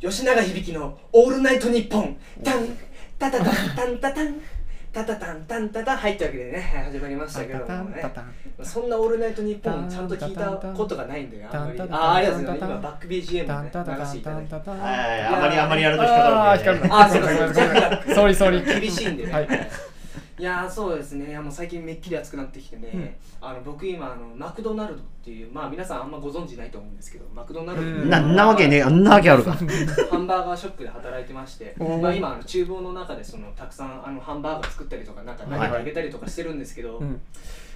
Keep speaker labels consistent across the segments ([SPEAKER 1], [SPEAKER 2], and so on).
[SPEAKER 1] 吉永響の「オールナイトニッポン」タンタタタンタンタタンタタタンタンタタン入ったわけでねはい始まりましたけどもねそんな「オールナイトニッポン」ちゃんと聞いたことがないんだよあんまりああありがとうございます今バック BGM をね流していただいて
[SPEAKER 2] はいあまりあまりやると引っかかるん
[SPEAKER 1] あー光
[SPEAKER 2] で
[SPEAKER 1] るあーそうかそうか
[SPEAKER 3] ソーリーソーリー
[SPEAKER 1] 厳しいんでね、
[SPEAKER 3] はい
[SPEAKER 1] い、やーそうですねいやもう最近めっきり暑くなってきてね、あの僕今あのマクドナルドっていうまあ皆さんあんまご存知ないと思うんですけどマクドナルドっていう
[SPEAKER 3] うん
[SPEAKER 2] ななわけねえあんなわけあるか
[SPEAKER 1] ハンバーガーショップで働いてまして、
[SPEAKER 3] おー
[SPEAKER 1] まあ、今あの厨房の中でそのたくさんあのハンバーガー作ったりとかなんか何かあげたりとかしてるんですけど、
[SPEAKER 3] うん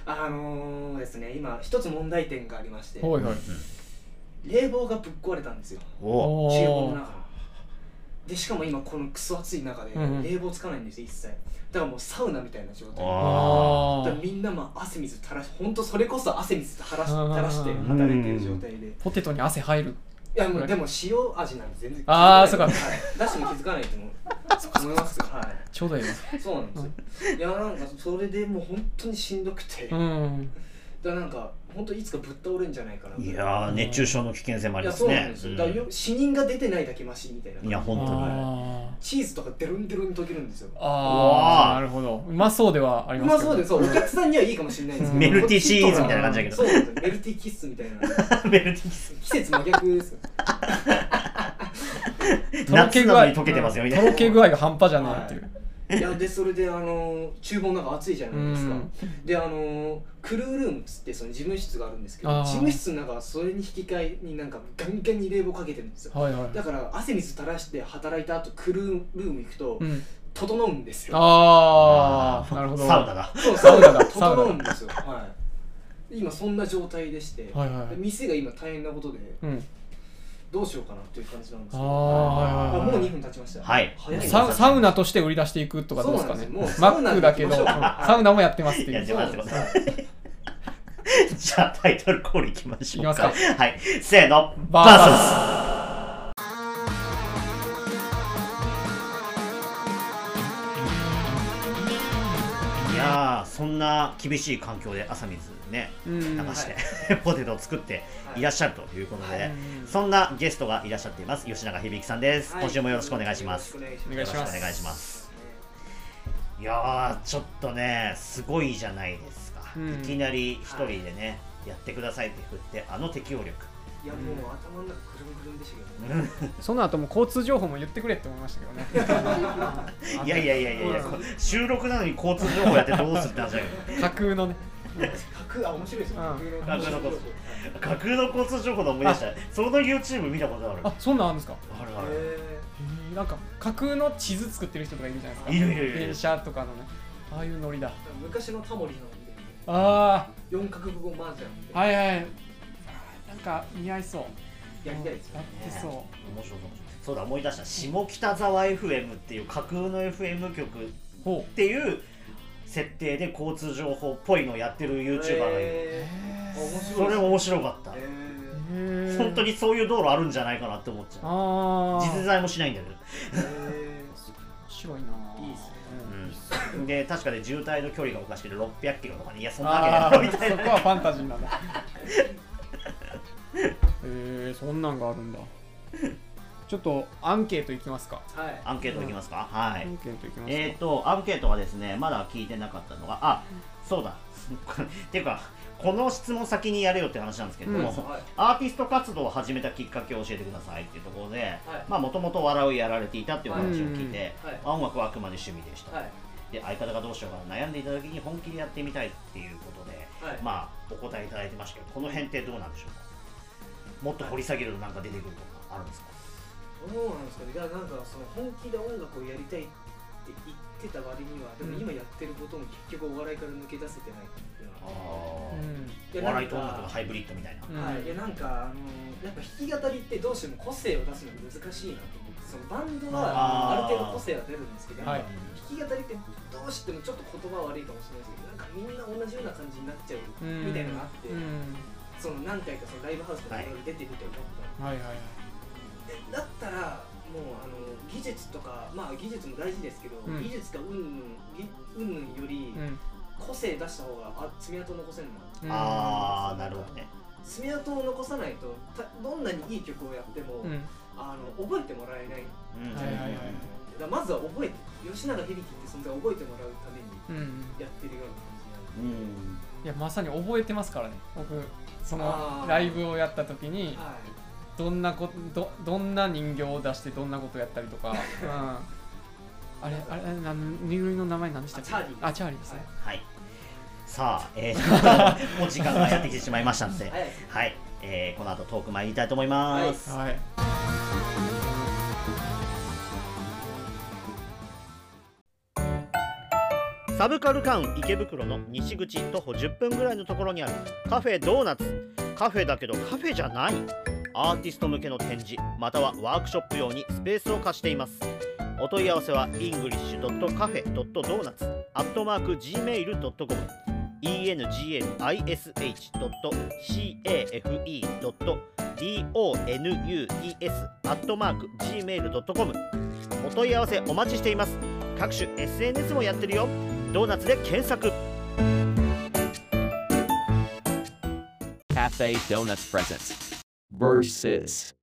[SPEAKER 1] あのー、ですね今一つ問題点がありまして
[SPEAKER 3] はいはい
[SPEAKER 1] 冷房がぶっ壊れたんですよ
[SPEAKER 2] おお
[SPEAKER 1] 厨房の
[SPEAKER 3] ー
[SPEAKER 1] 中のでしかも今このクソ暑い中で
[SPEAKER 3] うんうん
[SPEAKER 1] 冷房つかないんですよ一切だからもうサウナみたいな状態
[SPEAKER 2] あー
[SPEAKER 3] あ
[SPEAKER 1] だから
[SPEAKER 3] ー
[SPEAKER 1] みんなまあ汗水垂らし本当それこそ汗水垂らし
[SPEAKER 3] あー
[SPEAKER 1] 垂らして働いてる状態でい
[SPEAKER 3] ポテトに汗入る
[SPEAKER 1] やもうでも塩味なんで全然気づかない
[SPEAKER 3] あーそうか
[SPEAKER 1] はいだしも気づかないと思う思いますよは
[SPEAKER 3] ちょうどいいわ
[SPEAKER 1] いそうなんですよいやなんかそれでもう本当にしんどくてだ
[SPEAKER 3] う
[SPEAKER 1] か
[SPEAKER 3] ん
[SPEAKER 1] らなんか本当いつかぶっ倒れるんじゃないかないい
[SPEAKER 2] やー熱中症の危険性もあり
[SPEAKER 1] や
[SPEAKER 2] ます
[SPEAKER 1] そうなん
[SPEAKER 2] ね
[SPEAKER 1] ですよだからよ死人が出てないだけマシみたいな
[SPEAKER 2] うんいや本当に
[SPEAKER 3] あ
[SPEAKER 1] チーズとかデロンデロンに溶けるんですよ
[SPEAKER 3] ー
[SPEAKER 2] うわ
[SPEAKER 3] あ
[SPEAKER 2] ー
[SPEAKER 3] ーなるほどうまそうではあり
[SPEAKER 1] う
[SPEAKER 3] ま
[SPEAKER 1] ますそ
[SPEAKER 3] けど
[SPEAKER 1] うですそうお客さんにはいいかもしれないですけど
[SPEAKER 2] メルティシーズみたいな感じだけど
[SPEAKER 1] そうなんですよメルティキッスみたいな
[SPEAKER 2] ベルティス
[SPEAKER 1] 季節真逆ですよ
[SPEAKER 3] とろけ
[SPEAKER 2] 夏
[SPEAKER 3] 具合
[SPEAKER 2] なのに溶けてますよみたい
[SPEAKER 3] と
[SPEAKER 2] な
[SPEAKER 3] ろけ具合が半端じゃないっていう、
[SPEAKER 1] いやでそれであの厨房の中暑いじゃないですか、
[SPEAKER 3] うん
[SPEAKER 1] であのクルールームっつってその事務室があるんですけど
[SPEAKER 3] あー
[SPEAKER 1] 事務室の中はそれに引き換えになんかガンガンに冷房かけてるんですよ
[SPEAKER 3] はいはい
[SPEAKER 1] だから汗水垂らして働いた後クルールーム行くと、
[SPEAKER 3] うん、
[SPEAKER 1] 整うんですよ
[SPEAKER 3] ああなるほど
[SPEAKER 2] サウナだ
[SPEAKER 1] そう
[SPEAKER 3] サウナだサウナ
[SPEAKER 1] 整うんですよはい今そんな状態でして、
[SPEAKER 3] はいはいはい
[SPEAKER 1] で店が今大変なことで
[SPEAKER 3] うん、
[SPEAKER 1] どうしようかなという感じなんですけ
[SPEAKER 3] ああ
[SPEAKER 1] ど
[SPEAKER 3] はいはい
[SPEAKER 1] あ
[SPEAKER 3] はい
[SPEAKER 1] もう2分経ちました
[SPEAKER 2] はい
[SPEAKER 1] 早いです
[SPEAKER 3] ササウナとして売り出していくとかどうですかね
[SPEAKER 1] そうなんですよ
[SPEAKER 3] マ
[SPEAKER 1] もう
[SPEAKER 3] ックだけど
[SPEAKER 1] サ
[SPEAKER 3] サ
[SPEAKER 1] ウ
[SPEAKER 3] ウ
[SPEAKER 1] ナに行きましょう
[SPEAKER 3] ナもやってますってい
[SPEAKER 2] や
[SPEAKER 3] う
[SPEAKER 2] ってますってこと
[SPEAKER 1] はい
[SPEAKER 2] じゃあタイトルコールいきましょうか
[SPEAKER 3] いきます
[SPEAKER 2] はいせーの
[SPEAKER 3] バーサ
[SPEAKER 2] いやーそんな厳しい環境で朝水ね
[SPEAKER 3] うん
[SPEAKER 2] 流して、 ポテトを作っていらっしゃるということで、
[SPEAKER 1] はい
[SPEAKER 2] そんなゲストがいらっしゃっています吉永響さんです、今週もよろしくお願いします
[SPEAKER 1] お
[SPEAKER 2] よ
[SPEAKER 1] 願い
[SPEAKER 3] お願
[SPEAKER 2] ろ
[SPEAKER 3] い
[SPEAKER 2] し
[SPEAKER 3] し
[SPEAKER 2] くお
[SPEAKER 3] ま
[SPEAKER 2] 願
[SPEAKER 3] す
[SPEAKER 2] いしますいやーちょっとねすごいじゃないですか、
[SPEAKER 3] うん
[SPEAKER 2] いきなり一人でね、やってくださいって振ってあの適応力
[SPEAKER 1] いやもう頭の中くるんくるんでしたけ
[SPEAKER 3] その後も交通情報も言ってくれって思いましたけどね
[SPEAKER 2] いやいやいやいやいや
[SPEAKER 3] うん
[SPEAKER 2] 収録なのに交通情報やってどうするって話だけど
[SPEAKER 3] 架空のね
[SPEAKER 1] どね。角あ面白いですね。
[SPEAKER 3] う
[SPEAKER 1] 架
[SPEAKER 3] ん
[SPEAKER 1] 空の
[SPEAKER 2] 架空の架空の交通情報で思い出したその YouTube 見たことある
[SPEAKER 3] あそんなんあるんですか
[SPEAKER 2] あるある
[SPEAKER 1] え
[SPEAKER 3] へーなんか架空の地図作ってる人とかいるじゃないですか
[SPEAKER 2] いるいるいる
[SPEAKER 3] 電車とかのねああいうノリだ
[SPEAKER 1] ー昔のタモリの
[SPEAKER 3] あ
[SPEAKER 1] 四角語マージャンみ
[SPEAKER 3] あ
[SPEAKER 1] たい
[SPEAKER 3] はいはいなんか似合いそう
[SPEAKER 1] なやりたいですよ
[SPEAKER 3] やっ
[SPEAKER 1] ね。
[SPEAKER 3] てそう
[SPEAKER 2] 面白そうそうだ思い出した下北沢 FM っていう架空の FM 局っ
[SPEAKER 3] ほう
[SPEAKER 2] ていう設定で交通情報っぽいのをやってる YouTuber がいる、
[SPEAKER 1] えーあ面白い。
[SPEAKER 2] それ。面白かった、
[SPEAKER 1] え
[SPEAKER 2] 本当にそういう道路あるんじゃないかなって思っちゃう
[SPEAKER 3] ああ
[SPEAKER 2] 実在もしないんだけど
[SPEAKER 1] ーえ
[SPEAKER 3] 面白いな
[SPEAKER 1] ーいいですね。
[SPEAKER 2] で確かで渋滞の距離がおかしくて600キロとかねいやそんなわけ
[SPEAKER 3] あ
[SPEAKER 2] ないだろみ
[SPEAKER 3] ー
[SPEAKER 2] たい
[SPEAKER 3] そこはファンタジーなんだえー、そんなんがあるんだちょっとアンケートいきますか、
[SPEAKER 1] はい
[SPEAKER 2] な。アンケートいきますか、は
[SPEAKER 3] ア
[SPEAKER 2] い
[SPEAKER 3] ンケートいきますか、
[SPEAKER 2] えーとアンケートはですねまだ聞いてなかったのがあそうだ っていうかこの質問先にやれよって話なんですけども、
[SPEAKER 3] うん
[SPEAKER 1] はい
[SPEAKER 2] アーティスト活動を始めたきっかけを教えてくださいっていうところで
[SPEAKER 1] はい
[SPEAKER 2] もともと笑いをやられていたっていうお話を聞いて、
[SPEAKER 1] はいはい
[SPEAKER 2] まあ音楽はあくまで趣味でした、
[SPEAKER 1] はい
[SPEAKER 2] で相方がどうしようかな悩んでいた時に本気でやってみたいっていうことで、
[SPEAKER 1] はい
[SPEAKER 2] まあお答えいただいてましたけどこの辺ってどうなんでしょうかもっと掘り下げるとなんか出てくるとかあるんですか、
[SPEAKER 1] どうなんですかね。いやなんかその本気で音楽をやりたいって言ってた割にはでも今やってることも結局お笑いから抜け出せてないっていうのは。
[SPEAKER 2] お
[SPEAKER 1] いや
[SPEAKER 2] 笑いと音楽のハイブリッドみたいな、
[SPEAKER 3] うん
[SPEAKER 1] はい、いやなんか、あのーやっぱ弾き語りってどうしても個性を出すのが難しいなと思ってそのバンドはあ
[SPEAKER 2] あー
[SPEAKER 1] る程度個性は出るんですけど、
[SPEAKER 3] は
[SPEAKER 1] や
[SPEAKER 3] い
[SPEAKER 1] っぱ弾き語りってどうしてもちょっと言葉は悪いかもしれないですけどなんかみんな同じような感じになっちゃう
[SPEAKER 3] うん
[SPEAKER 1] みたいなのがあって、
[SPEAKER 3] うん
[SPEAKER 1] その何回かそのライブハウスとかいろいろ出てみて思った
[SPEAKER 3] はいはいはい
[SPEAKER 1] のだったらもうあの技術とかまあ技術も大事ですけど、
[SPEAKER 3] うん
[SPEAKER 1] 技術がうんぬんうんぬんより
[SPEAKER 3] うん
[SPEAKER 1] 個性出した方があ爪痕残せるの
[SPEAKER 3] うん
[SPEAKER 2] ああなるほどね
[SPEAKER 1] 爪痕を残さないとたどんなにいい曲をやっても、
[SPEAKER 3] うん
[SPEAKER 1] あの覚えてもらえない
[SPEAKER 2] うん
[SPEAKER 3] はいはいはい
[SPEAKER 1] だからまずは覚えて吉永響って存在を覚えてもらうために
[SPEAKER 3] うん
[SPEAKER 1] やってるような感じなんで
[SPEAKER 2] うん
[SPEAKER 3] いやまさに覚えてますからね僕そ
[SPEAKER 1] あ
[SPEAKER 3] の
[SPEAKER 1] ー
[SPEAKER 3] ライブをやった時に
[SPEAKER 1] は
[SPEAKER 3] どんなこどどんな人形を出してどんなことをやったりとか、うん、あれあれあのぬいぐるみの名前何でしたっけ
[SPEAKER 1] あチャーリー
[SPEAKER 3] あチャーリーですね、
[SPEAKER 2] はいさあ、えー、も う時間がやってきてしまいましたの
[SPEAKER 1] い、
[SPEAKER 2] で、
[SPEAKER 1] はい、
[SPEAKER 2] はい、えー、この後トーク参りたいと思います。
[SPEAKER 3] はい
[SPEAKER 2] サブカルカウン池袋の西口徒歩10分ぐらいのところにあるカフェドーナツカフェだけどカフェじゃないアーティスト向けの展示またはワークショップ用にスペースを貸していますお問い合わせは english.cafe.donuts.gmail.com english.cafe.donuts.gmail.com お問い合わせお待ちしています各種 SNS もやってるよドーナツで検索
[SPEAKER 4] Cafe Donuts presents Versus.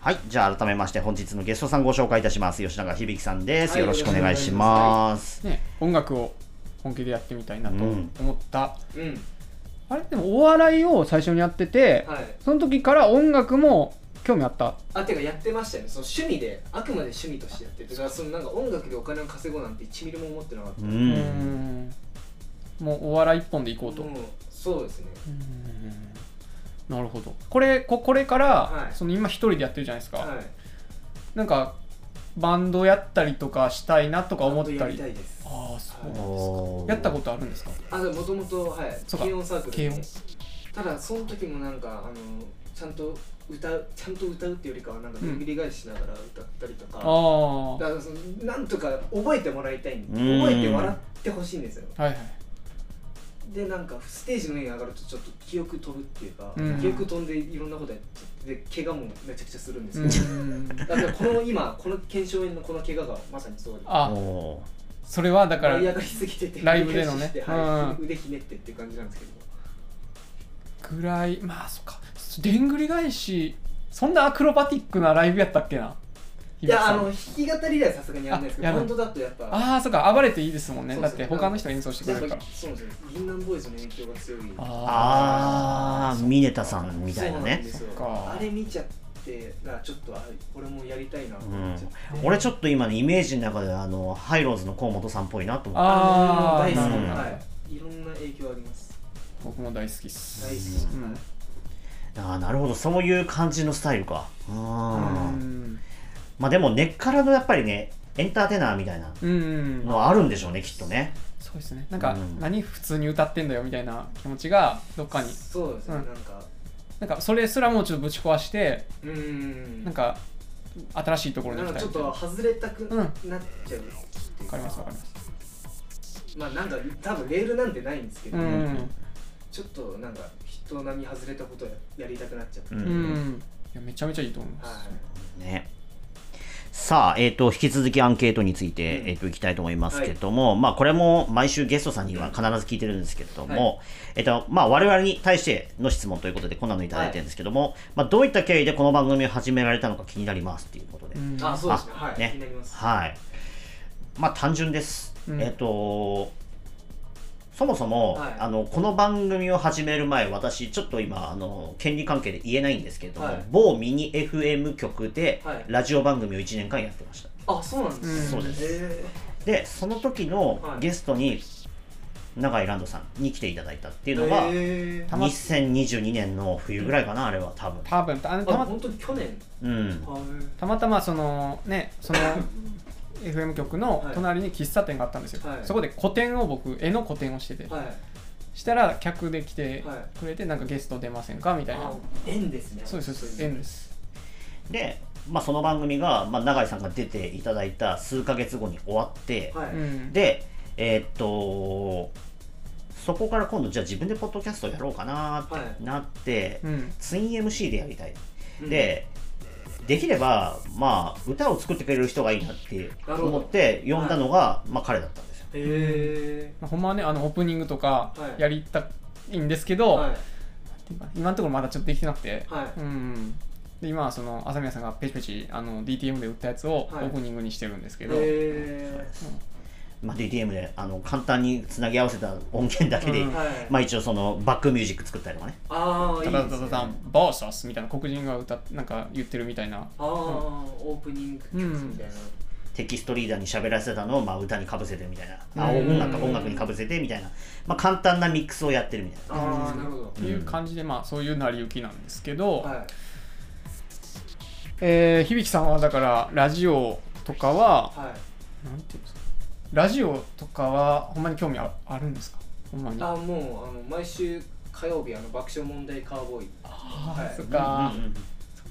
[SPEAKER 2] はいじゃあ改めまして本日のゲストさんご紹介いたします吉永響さんです、
[SPEAKER 1] はい
[SPEAKER 2] よろしくお願いします
[SPEAKER 3] ね、音楽を本気でやってみたいなと
[SPEAKER 2] うん
[SPEAKER 3] 思った、
[SPEAKER 1] うん
[SPEAKER 3] あれでもお笑いを最初にやってて、
[SPEAKER 1] はい
[SPEAKER 3] その時から音楽も興味あった
[SPEAKER 1] あてかやってましたよねその趣味であくまで趣味としてやっててだからそのなんか音楽でお金を稼ごうなんて1ミリも思ってなかった
[SPEAKER 2] う
[SPEAKER 3] うんんもうお笑い一本でいこうと、
[SPEAKER 1] うんそうですね
[SPEAKER 3] なるほどこれここれから、
[SPEAKER 1] はい
[SPEAKER 3] その今一人でやってるじゃないですか、
[SPEAKER 1] はい
[SPEAKER 3] なんかバンドやったりとかしたいなとか思ったり
[SPEAKER 1] バンドやりたいです
[SPEAKER 3] ああそうなんです
[SPEAKER 2] おー
[SPEAKER 3] やったことあるんですか
[SPEAKER 1] あでもともとはい
[SPEAKER 3] そうか
[SPEAKER 1] 軽音サークルで
[SPEAKER 3] 軽音
[SPEAKER 1] ただその時もなんかあのちゃんと歌うちゃんと歌うっていうよりかはなんかどんびり返しながら歌ったりとか、
[SPEAKER 3] ああは
[SPEAKER 1] だからそのなんとか覚えてもらいたいんで
[SPEAKER 2] うん
[SPEAKER 1] 覚えて笑ってほしいんですよ
[SPEAKER 3] いはい
[SPEAKER 1] でなんかステージの上に上がるとちょっと記憶飛ぶっていうか、
[SPEAKER 3] うん
[SPEAKER 1] 記憶飛んでいろんなことやってで怪我もめちゃくちゃするんです
[SPEAKER 3] う
[SPEAKER 1] よ、
[SPEAKER 3] ん
[SPEAKER 1] だからこの今この腱鞘炎のこの怪我がまさにそうで
[SPEAKER 3] あ
[SPEAKER 2] お
[SPEAKER 3] それはだか
[SPEAKER 1] 盛
[SPEAKER 3] ら
[SPEAKER 1] り上がりすぎてて
[SPEAKER 3] ライブでのね
[SPEAKER 1] 繰り返しして は
[SPEAKER 3] う
[SPEAKER 1] い、腕ひねってっていう感じなんですけど
[SPEAKER 3] ぐらいまあそっかでんぐり返しそんなアクロバティックなライブやったっけない
[SPEAKER 1] やあ
[SPEAKER 3] 響
[SPEAKER 1] の弾き語りではさすがにやらないですけ
[SPEAKER 3] あ
[SPEAKER 1] どバ
[SPEAKER 3] やらない
[SPEAKER 1] ンドだとやっぱ
[SPEAKER 3] ああそっか暴れていいですもんね
[SPEAKER 1] そう
[SPEAKER 3] だ
[SPEAKER 1] そう
[SPEAKER 3] って他の人が演奏してくれるから
[SPEAKER 1] そうなんですよ銀杏ボーイズの影響が強い
[SPEAKER 2] あ
[SPEAKER 3] ー
[SPEAKER 2] ーミネタさんみたい
[SPEAKER 1] そう
[SPEAKER 2] な
[SPEAKER 1] なん
[SPEAKER 2] ね
[SPEAKER 1] ですよ
[SPEAKER 3] そっか
[SPEAKER 1] あれ見ちゃってだからちょっとあ俺もやりたいなと思っちゃって、
[SPEAKER 2] 俺ちょっと今ねイメージの中であのハイローズの河本さんっぽいなと思っ
[SPEAKER 3] あ
[SPEAKER 1] あ
[SPEAKER 3] ー
[SPEAKER 1] の
[SPEAKER 3] な
[SPEAKER 1] 大好
[SPEAKER 3] るほ
[SPEAKER 1] き
[SPEAKER 3] ど
[SPEAKER 1] はいいろんな影響あります
[SPEAKER 3] 僕も大好きっす
[SPEAKER 1] 大好きです
[SPEAKER 3] うん
[SPEAKER 1] はい
[SPEAKER 2] たあーなるほどそういう感じのスタイルかうん
[SPEAKER 3] うん
[SPEAKER 2] まあでも根っからのやっぱりねエンターテイナーみたいな
[SPEAKER 3] うん
[SPEAKER 2] のはあるんでしょうねきっとね
[SPEAKER 3] そうですねなんか、
[SPEAKER 2] うん
[SPEAKER 3] 何普通に歌ってんだよみたいな気持ちがどっかに
[SPEAKER 1] そうですね、
[SPEAKER 3] うん
[SPEAKER 1] なんか
[SPEAKER 3] なんかそれすらもうちょっとぶち壊して
[SPEAKER 1] うーん
[SPEAKER 3] なんか新しいところに
[SPEAKER 1] な
[SPEAKER 3] 行
[SPEAKER 1] んか
[SPEAKER 3] きたい
[SPEAKER 1] ちょっ
[SPEAKER 3] みたい
[SPEAKER 1] と
[SPEAKER 3] なわ
[SPEAKER 1] 外れたく
[SPEAKER 3] うん
[SPEAKER 1] なっちゃう
[SPEAKER 3] かりますわかります
[SPEAKER 1] まあなんか多分レールなんてないんですけど、
[SPEAKER 3] うん、
[SPEAKER 1] ちょっとなんか人並み外れたことややりたくなっちゃって、
[SPEAKER 2] うん
[SPEAKER 3] うん、いやめちゃめちゃいいと思います、
[SPEAKER 1] は
[SPEAKER 2] ねさあ、えー、と引き続きアンケートについて、
[SPEAKER 1] うん
[SPEAKER 2] えー、といきたいと思いますけども、まあ、これも毎週ゲストさんには必ず聞いてるんですけれども、えーとまあ、我々に対しての質問ということでこんなのいただいてるんですけども、まあ、どういった経緯でこの番組を始められたのか気になりますっていうことで、
[SPEAKER 3] うん
[SPEAKER 1] い、あそうですねはい、
[SPEAKER 2] ね
[SPEAKER 1] 気になります
[SPEAKER 2] はいまあ単純です、
[SPEAKER 3] うん
[SPEAKER 2] えっ、とそもそも、
[SPEAKER 1] はい
[SPEAKER 2] あのこの番組を始める前私ちょっと今あの権利関係で言えないんですけども、
[SPEAKER 1] はい
[SPEAKER 2] 某ミニ FM 局で
[SPEAKER 1] はい
[SPEAKER 2] ラジオ番組を1年間やってました
[SPEAKER 1] あそうなんです、ね
[SPEAKER 3] うんそう
[SPEAKER 2] です
[SPEAKER 1] え
[SPEAKER 2] でその時の
[SPEAKER 1] はい
[SPEAKER 2] ゲストに、永井ランドさんに来ていただいたっていう
[SPEAKER 1] ー、
[SPEAKER 2] のが、
[SPEAKER 1] え
[SPEAKER 3] たま
[SPEAKER 2] 2022年の冬ぐらいかなあれは多分
[SPEAKER 3] 多分たあの
[SPEAKER 1] ー、
[SPEAKER 3] た
[SPEAKER 1] あ
[SPEAKER 3] ま
[SPEAKER 1] 本当に去年
[SPEAKER 2] うん
[SPEAKER 1] は
[SPEAKER 3] たまたまそのねそ の FM 局の隣に喫茶店があったんですよ、
[SPEAKER 1] はい
[SPEAKER 3] そこで個展を僕絵の個展をしてて、
[SPEAKER 1] いはい
[SPEAKER 3] したら客で来て
[SPEAKER 1] は
[SPEAKER 3] くれて、なんかゲスト出ませんかみたいな
[SPEAKER 1] あ縁ですね
[SPEAKER 3] そうですそうです縁です
[SPEAKER 2] で、まあ、その番組が、まあ、永井さんが出ていただいた数ヶ月後に終わって、
[SPEAKER 1] はい、
[SPEAKER 3] うん
[SPEAKER 2] で、えーっと、そこから今度、じゃあ自分でポッドキャストをやろうかな
[SPEAKER 1] は
[SPEAKER 2] って
[SPEAKER 1] い
[SPEAKER 2] なって、
[SPEAKER 3] うん
[SPEAKER 2] ツイン MC でやりたい。
[SPEAKER 1] うん
[SPEAKER 2] で、できれば、まあ、歌を作ってくれる人がいいなって
[SPEAKER 1] なるほど
[SPEAKER 2] 思って呼んだのが、まあ、彼だったんですよ。
[SPEAKER 1] へえ
[SPEAKER 3] まあほんまはねあのオープニングとか
[SPEAKER 1] はい
[SPEAKER 3] やりたいんですけど、
[SPEAKER 1] はい
[SPEAKER 3] 今のところまだちょっとできてなくて、
[SPEAKER 1] はい
[SPEAKER 3] うんで今はその朝宮さんがペチペチあの DTM で売ったやつをオ
[SPEAKER 1] はい
[SPEAKER 3] ープニングにしてるんですけど、
[SPEAKER 1] へ
[SPEAKER 2] まあ、DTM であの簡単につなぎ合わせた音源だけで、
[SPEAKER 3] うん
[SPEAKER 1] えはい
[SPEAKER 2] まあ、一応そのバックミュージック作ったりとかね
[SPEAKER 1] ああい
[SPEAKER 3] た
[SPEAKER 1] いです
[SPEAKER 3] だただ
[SPEAKER 1] ね
[SPEAKER 3] ただバーサスみたいな黒人が歌っなんか言ってるみたいな
[SPEAKER 1] ああオープニング曲みたいな
[SPEAKER 2] テキストリーダーに喋らせたのをまあ歌にかぶせてみたいな、あ
[SPEAKER 3] うん
[SPEAKER 2] 音楽音楽にかぶせてみたいな、まあ、簡単なミックスをやってるみたいな
[SPEAKER 1] ああなるほど
[SPEAKER 3] っていう感じで、まあそういう成り行きなんですけど、
[SPEAKER 1] はい
[SPEAKER 3] えー響さんはだからラジオとかは
[SPEAKER 1] はい
[SPEAKER 3] なんていうんですかラジオとかはほんまに興味ああるんですかほんまに
[SPEAKER 1] あもうあの毎週火曜日あの爆笑問題カーボーイ
[SPEAKER 3] あ
[SPEAKER 1] はい
[SPEAKER 3] そっか、
[SPEAKER 2] うんうんうん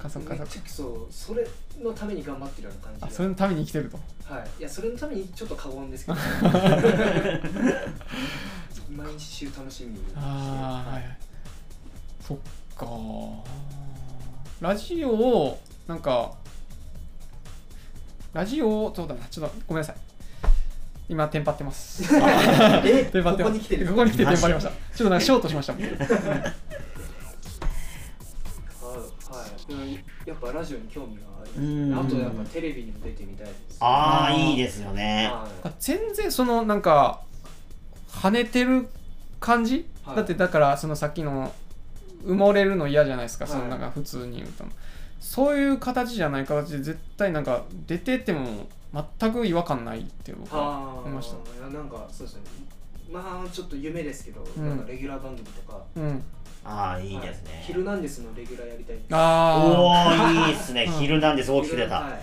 [SPEAKER 3] そっかそっ
[SPEAKER 1] め
[SPEAKER 3] かそ
[SPEAKER 1] っ
[SPEAKER 3] っか
[SPEAKER 1] ちゃそうそれのために頑張ってるような
[SPEAKER 3] あ
[SPEAKER 1] 感じ
[SPEAKER 3] それのために生きてると
[SPEAKER 1] はいいやそれのためにちょっと過言ですけど 毎週楽しみにしてる
[SPEAKER 3] ああ、
[SPEAKER 1] は
[SPEAKER 3] はいいはい、そっかラジオをなんかラジオをそうだなちょっとごめんなさい今テンパってます
[SPEAKER 1] え
[SPEAKER 3] テンパっ
[SPEAKER 1] こ
[SPEAKER 3] て
[SPEAKER 1] こ
[SPEAKER 3] ます
[SPEAKER 1] に来てる
[SPEAKER 3] ここに来てテンパりましたちょっとなんかショートしましたもん
[SPEAKER 1] はいはいうんやっぱラジオに興味があ
[SPEAKER 2] うん
[SPEAKER 1] るあとやっぱテレビにも出てみたいです
[SPEAKER 2] ああ
[SPEAKER 3] あー
[SPEAKER 2] いいですよね
[SPEAKER 1] はい
[SPEAKER 3] 全然そのなんか跳ねてる感じ、
[SPEAKER 1] はい
[SPEAKER 3] だってだからそのさっきの埋もれるの嫌じゃないですか、
[SPEAKER 1] はい
[SPEAKER 3] そのなんか普通に歌うのそういう形じゃない形で絶対なんか出てても全く違和感ないって僕は
[SPEAKER 1] は
[SPEAKER 3] 思いまし
[SPEAKER 1] あいやなんかそうですねまあちょっと夢ですけど、
[SPEAKER 3] ん
[SPEAKER 1] なんかレギュラー番組とか
[SPEAKER 3] うん
[SPEAKER 2] ああいいです
[SPEAKER 1] はい
[SPEAKER 2] ね
[SPEAKER 1] ヒルナンデスのレギュラーやりたいです
[SPEAKER 3] あ
[SPEAKER 2] おおいいですね「ヒルナンデス」大きく出
[SPEAKER 1] は
[SPEAKER 2] た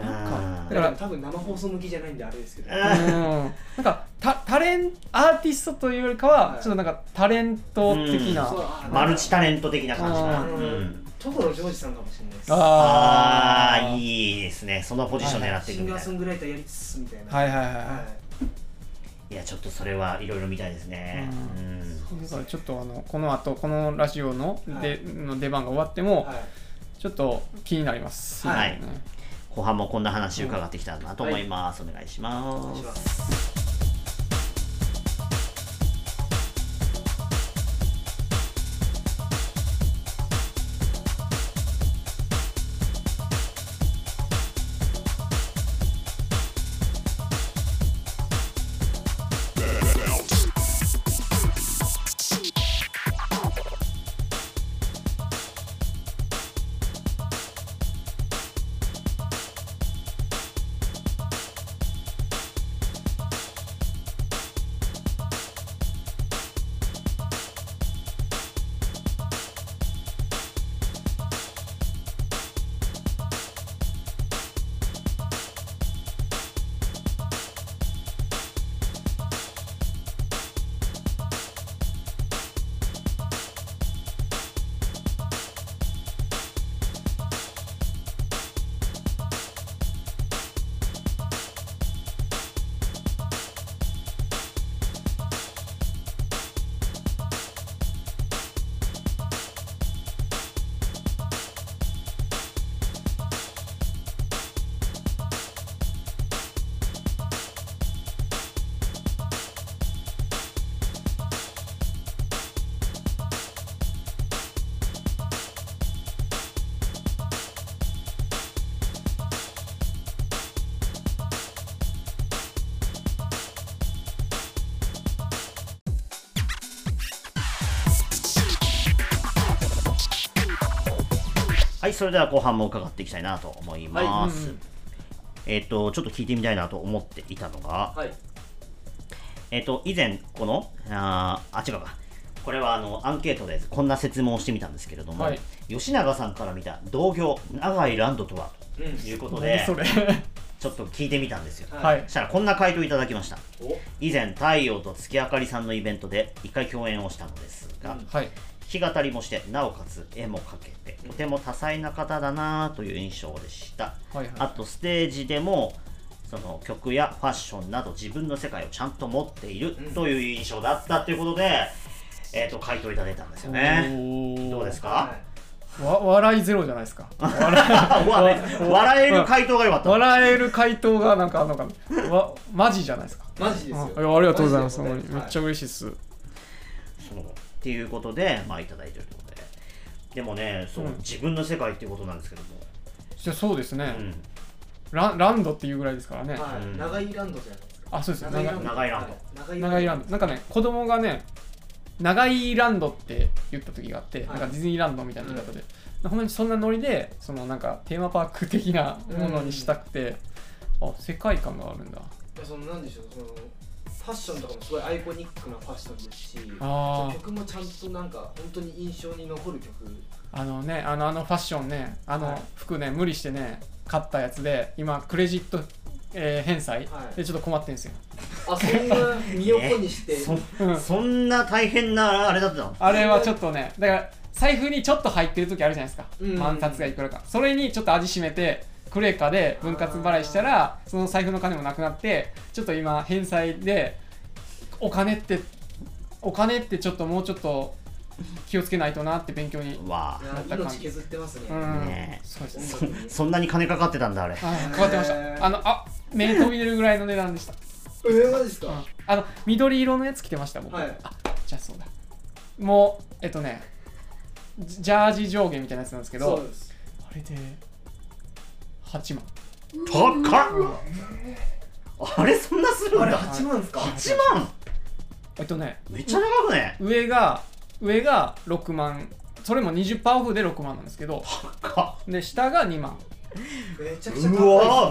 [SPEAKER 1] い
[SPEAKER 2] うん
[SPEAKER 3] なん
[SPEAKER 1] だから多分生放送向きじゃないんであれですけど、
[SPEAKER 2] うん
[SPEAKER 3] あうんなんかタタレンアーティストというよりかは、
[SPEAKER 1] はい
[SPEAKER 3] ちょっとなんかタレント的な、
[SPEAKER 1] そう
[SPEAKER 3] あ
[SPEAKER 1] あ
[SPEAKER 2] マルチタレント的な感じかな
[SPEAKER 1] あの
[SPEAKER 2] うん
[SPEAKER 1] 所ジョージさんかもしれないです
[SPEAKER 2] ああ
[SPEAKER 3] ー
[SPEAKER 2] いいですねそのポジション狙ってい
[SPEAKER 1] シ
[SPEAKER 2] く
[SPEAKER 1] ン
[SPEAKER 2] み
[SPEAKER 1] ガー
[SPEAKER 2] たい
[SPEAKER 1] ソ
[SPEAKER 2] な
[SPEAKER 1] ングライターやりつつみたいな
[SPEAKER 3] はいはいはい、
[SPEAKER 1] は
[SPEAKER 3] はい
[SPEAKER 2] いやちょっとそれはいろいろ見たいですね
[SPEAKER 3] う
[SPEAKER 2] うん
[SPEAKER 3] だからちょっとあのこの後このラジオので、
[SPEAKER 1] はい
[SPEAKER 3] の出番が終わっても、
[SPEAKER 1] はい
[SPEAKER 3] ちょっと気になります。
[SPEAKER 2] はい
[SPEAKER 3] ね
[SPEAKER 2] 後半もこんな話伺ってきたらなと思います、お願いし
[SPEAKER 1] お願
[SPEAKER 2] ま
[SPEAKER 1] い
[SPEAKER 2] す
[SPEAKER 1] します
[SPEAKER 2] はいそれでは後半も伺っていきたいなと思いま
[SPEAKER 3] は
[SPEAKER 2] す、
[SPEAKER 3] いうん
[SPEAKER 2] えっ、とちょっと聞いてみたいなと思っていたのが、
[SPEAKER 1] はい
[SPEAKER 2] えっ、と以前このあーあ違うかこれはあのアンケートでこんな質問をしてみたんですけれども、
[SPEAKER 3] はい
[SPEAKER 2] 吉永さんから見た同業長井ランドとは
[SPEAKER 1] うん
[SPEAKER 2] ということ
[SPEAKER 3] 何
[SPEAKER 2] で
[SPEAKER 3] それ。
[SPEAKER 2] ちょっと聞いてみたんですよ
[SPEAKER 3] はい。
[SPEAKER 2] そしたらこんな回答いただきました
[SPEAKER 1] お
[SPEAKER 2] 以前太陽と月明かりさんのイベントで一回共演をしたのですが、
[SPEAKER 1] うん
[SPEAKER 3] はい。
[SPEAKER 2] 弾き語りもしてなおかつ絵も描けてとても多彩な方だなという印象でした
[SPEAKER 3] はい。
[SPEAKER 2] あとステージでもその曲やファッションなど自分の世界をちゃんと持っている
[SPEAKER 1] うん
[SPEAKER 2] という印象だったということで、えー、と回答いただいたんですよね
[SPEAKER 3] おー
[SPEAKER 2] どうですか、
[SPEAKER 1] は
[SPEAKER 3] わ笑いゼロじゃないですか
[SPEAKER 2] あ笑え笑える回答が良かった
[SPEAKER 3] 笑える回答がなんかあんのかなわマジじゃないですか
[SPEAKER 1] マジですよ
[SPEAKER 3] あいやありがとうございます
[SPEAKER 1] マジ
[SPEAKER 3] ほん
[SPEAKER 1] で
[SPEAKER 3] ま
[SPEAKER 1] す
[SPEAKER 3] に
[SPEAKER 1] よ
[SPEAKER 3] めっちゃ嬉しいっす、
[SPEAKER 2] そのっていうことでまあいただいてるということででもねそう、
[SPEAKER 3] うん
[SPEAKER 2] 自分の世界っていうことなんですけども、
[SPEAKER 3] じゃそうですね、
[SPEAKER 2] うん
[SPEAKER 3] ランランドっていうぐらいですからね、
[SPEAKER 1] は
[SPEAKER 2] うん
[SPEAKER 1] い長いランドじゃないですか
[SPEAKER 3] あそうです
[SPEAKER 1] 長いランド
[SPEAKER 2] 長いランド
[SPEAKER 1] 長
[SPEAKER 3] 長いランドなんかね子供がね長いランドって言った時があっ
[SPEAKER 1] は
[SPEAKER 3] て、
[SPEAKER 1] い
[SPEAKER 3] なんかディズニーランドみたいな言い方で、ほんまにそんなノリでそのなんかテーマパーク的なものにしたくて、あ世界観があるんだ
[SPEAKER 1] いやそのなんでしょうそのファッションとかもすごいアイコニックなファッションですし
[SPEAKER 3] あー
[SPEAKER 1] 曲もちゃんとなんか本当に印象に残る曲
[SPEAKER 3] あのねあのあのファッションね
[SPEAKER 1] は
[SPEAKER 3] あの
[SPEAKER 1] い
[SPEAKER 3] 服ね無理してね買ったやつで今クレジット、えー返済
[SPEAKER 1] はい
[SPEAKER 3] でちょっと困ってんすよ、
[SPEAKER 1] あそんな身を粉に して、
[SPEAKER 2] そ
[SPEAKER 3] うん
[SPEAKER 2] そんな大変なあれだったの
[SPEAKER 3] あれはちょっとねだから財布にちょっと入ってる時あるじゃないですか、
[SPEAKER 1] うん
[SPEAKER 3] 万札がいくらかそれにちょっと味しめてクレカで分割払いしたらその財布の金もなくなってちょっと今返済でお金ってお金ってちょっともうちょっと気をつけないとなって勉強に
[SPEAKER 2] わ
[SPEAKER 1] いや命削ってますね、
[SPEAKER 3] う
[SPEAKER 1] は
[SPEAKER 3] ん、
[SPEAKER 2] ねえ
[SPEAKER 3] そうで
[SPEAKER 2] あ
[SPEAKER 3] す
[SPEAKER 2] そそんなに金かかってたんだあれ
[SPEAKER 3] はいかかってましたあのあ目飛び出るぐらいの値段でした、
[SPEAKER 1] えマジですか、
[SPEAKER 3] うんあの緑色のやつ着てました僕、
[SPEAKER 1] はい
[SPEAKER 3] あじゃあそうだもうえっとねジジャージ上下みたいなやつなんですけど
[SPEAKER 1] そうです
[SPEAKER 3] あれで8万
[SPEAKER 2] 高っあれそんなするん
[SPEAKER 1] あれ
[SPEAKER 2] だ
[SPEAKER 1] 8万ですか
[SPEAKER 2] 8万
[SPEAKER 3] えっとね
[SPEAKER 2] めっちゃ長くね
[SPEAKER 3] 上が上が6万それも20%オフで6万なんですけど
[SPEAKER 2] 高っ
[SPEAKER 3] で下が2万
[SPEAKER 1] めちゃくちゃ
[SPEAKER 2] うわ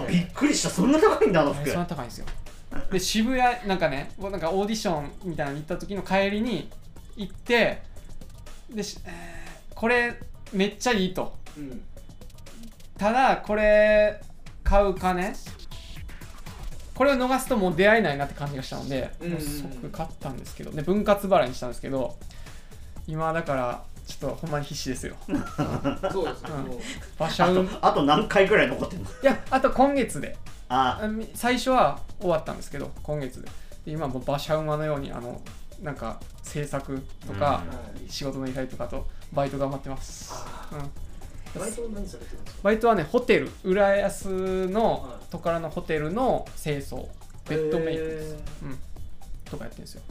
[SPEAKER 1] 高い
[SPEAKER 2] ーび
[SPEAKER 1] ですね
[SPEAKER 2] っくりしたそんな高いんだあの
[SPEAKER 3] あ
[SPEAKER 2] 服
[SPEAKER 3] れそんな高いんですよで渋谷なんかねもうなんかオーディションみたいなの行った時の帰りに行ってでし、えーこれめっちゃいいと
[SPEAKER 1] うん
[SPEAKER 3] ただこれ買う金これを逃すともう出会えないなって感じがしたので、
[SPEAKER 1] うんうんうん
[SPEAKER 3] もう即買ったんですけどで分割払いにしたんですけど今だからちょっとほんまに必 死ですよ
[SPEAKER 1] そうですね、
[SPEAKER 3] うん
[SPEAKER 1] もう
[SPEAKER 3] 馬車
[SPEAKER 2] あ
[SPEAKER 3] 運
[SPEAKER 2] と
[SPEAKER 3] い
[SPEAKER 2] あと何回ぐらい残ってんの
[SPEAKER 3] やあと今月で
[SPEAKER 2] あ
[SPEAKER 3] あみ最初は終わったんですけど今月でで今もう馬車馬のようにあのなんか制作とか、
[SPEAKER 1] う
[SPEAKER 3] 仕事の依頼とかとバイト頑張ってます、
[SPEAKER 1] あ
[SPEAKER 3] うん、
[SPEAKER 1] バイト何されてるんですか
[SPEAKER 3] バイトはねホテル浦安の
[SPEAKER 1] はい
[SPEAKER 3] トカラのホテルの清掃ベッドメイクです、
[SPEAKER 1] え
[SPEAKER 3] うん、とかやってるんですよ、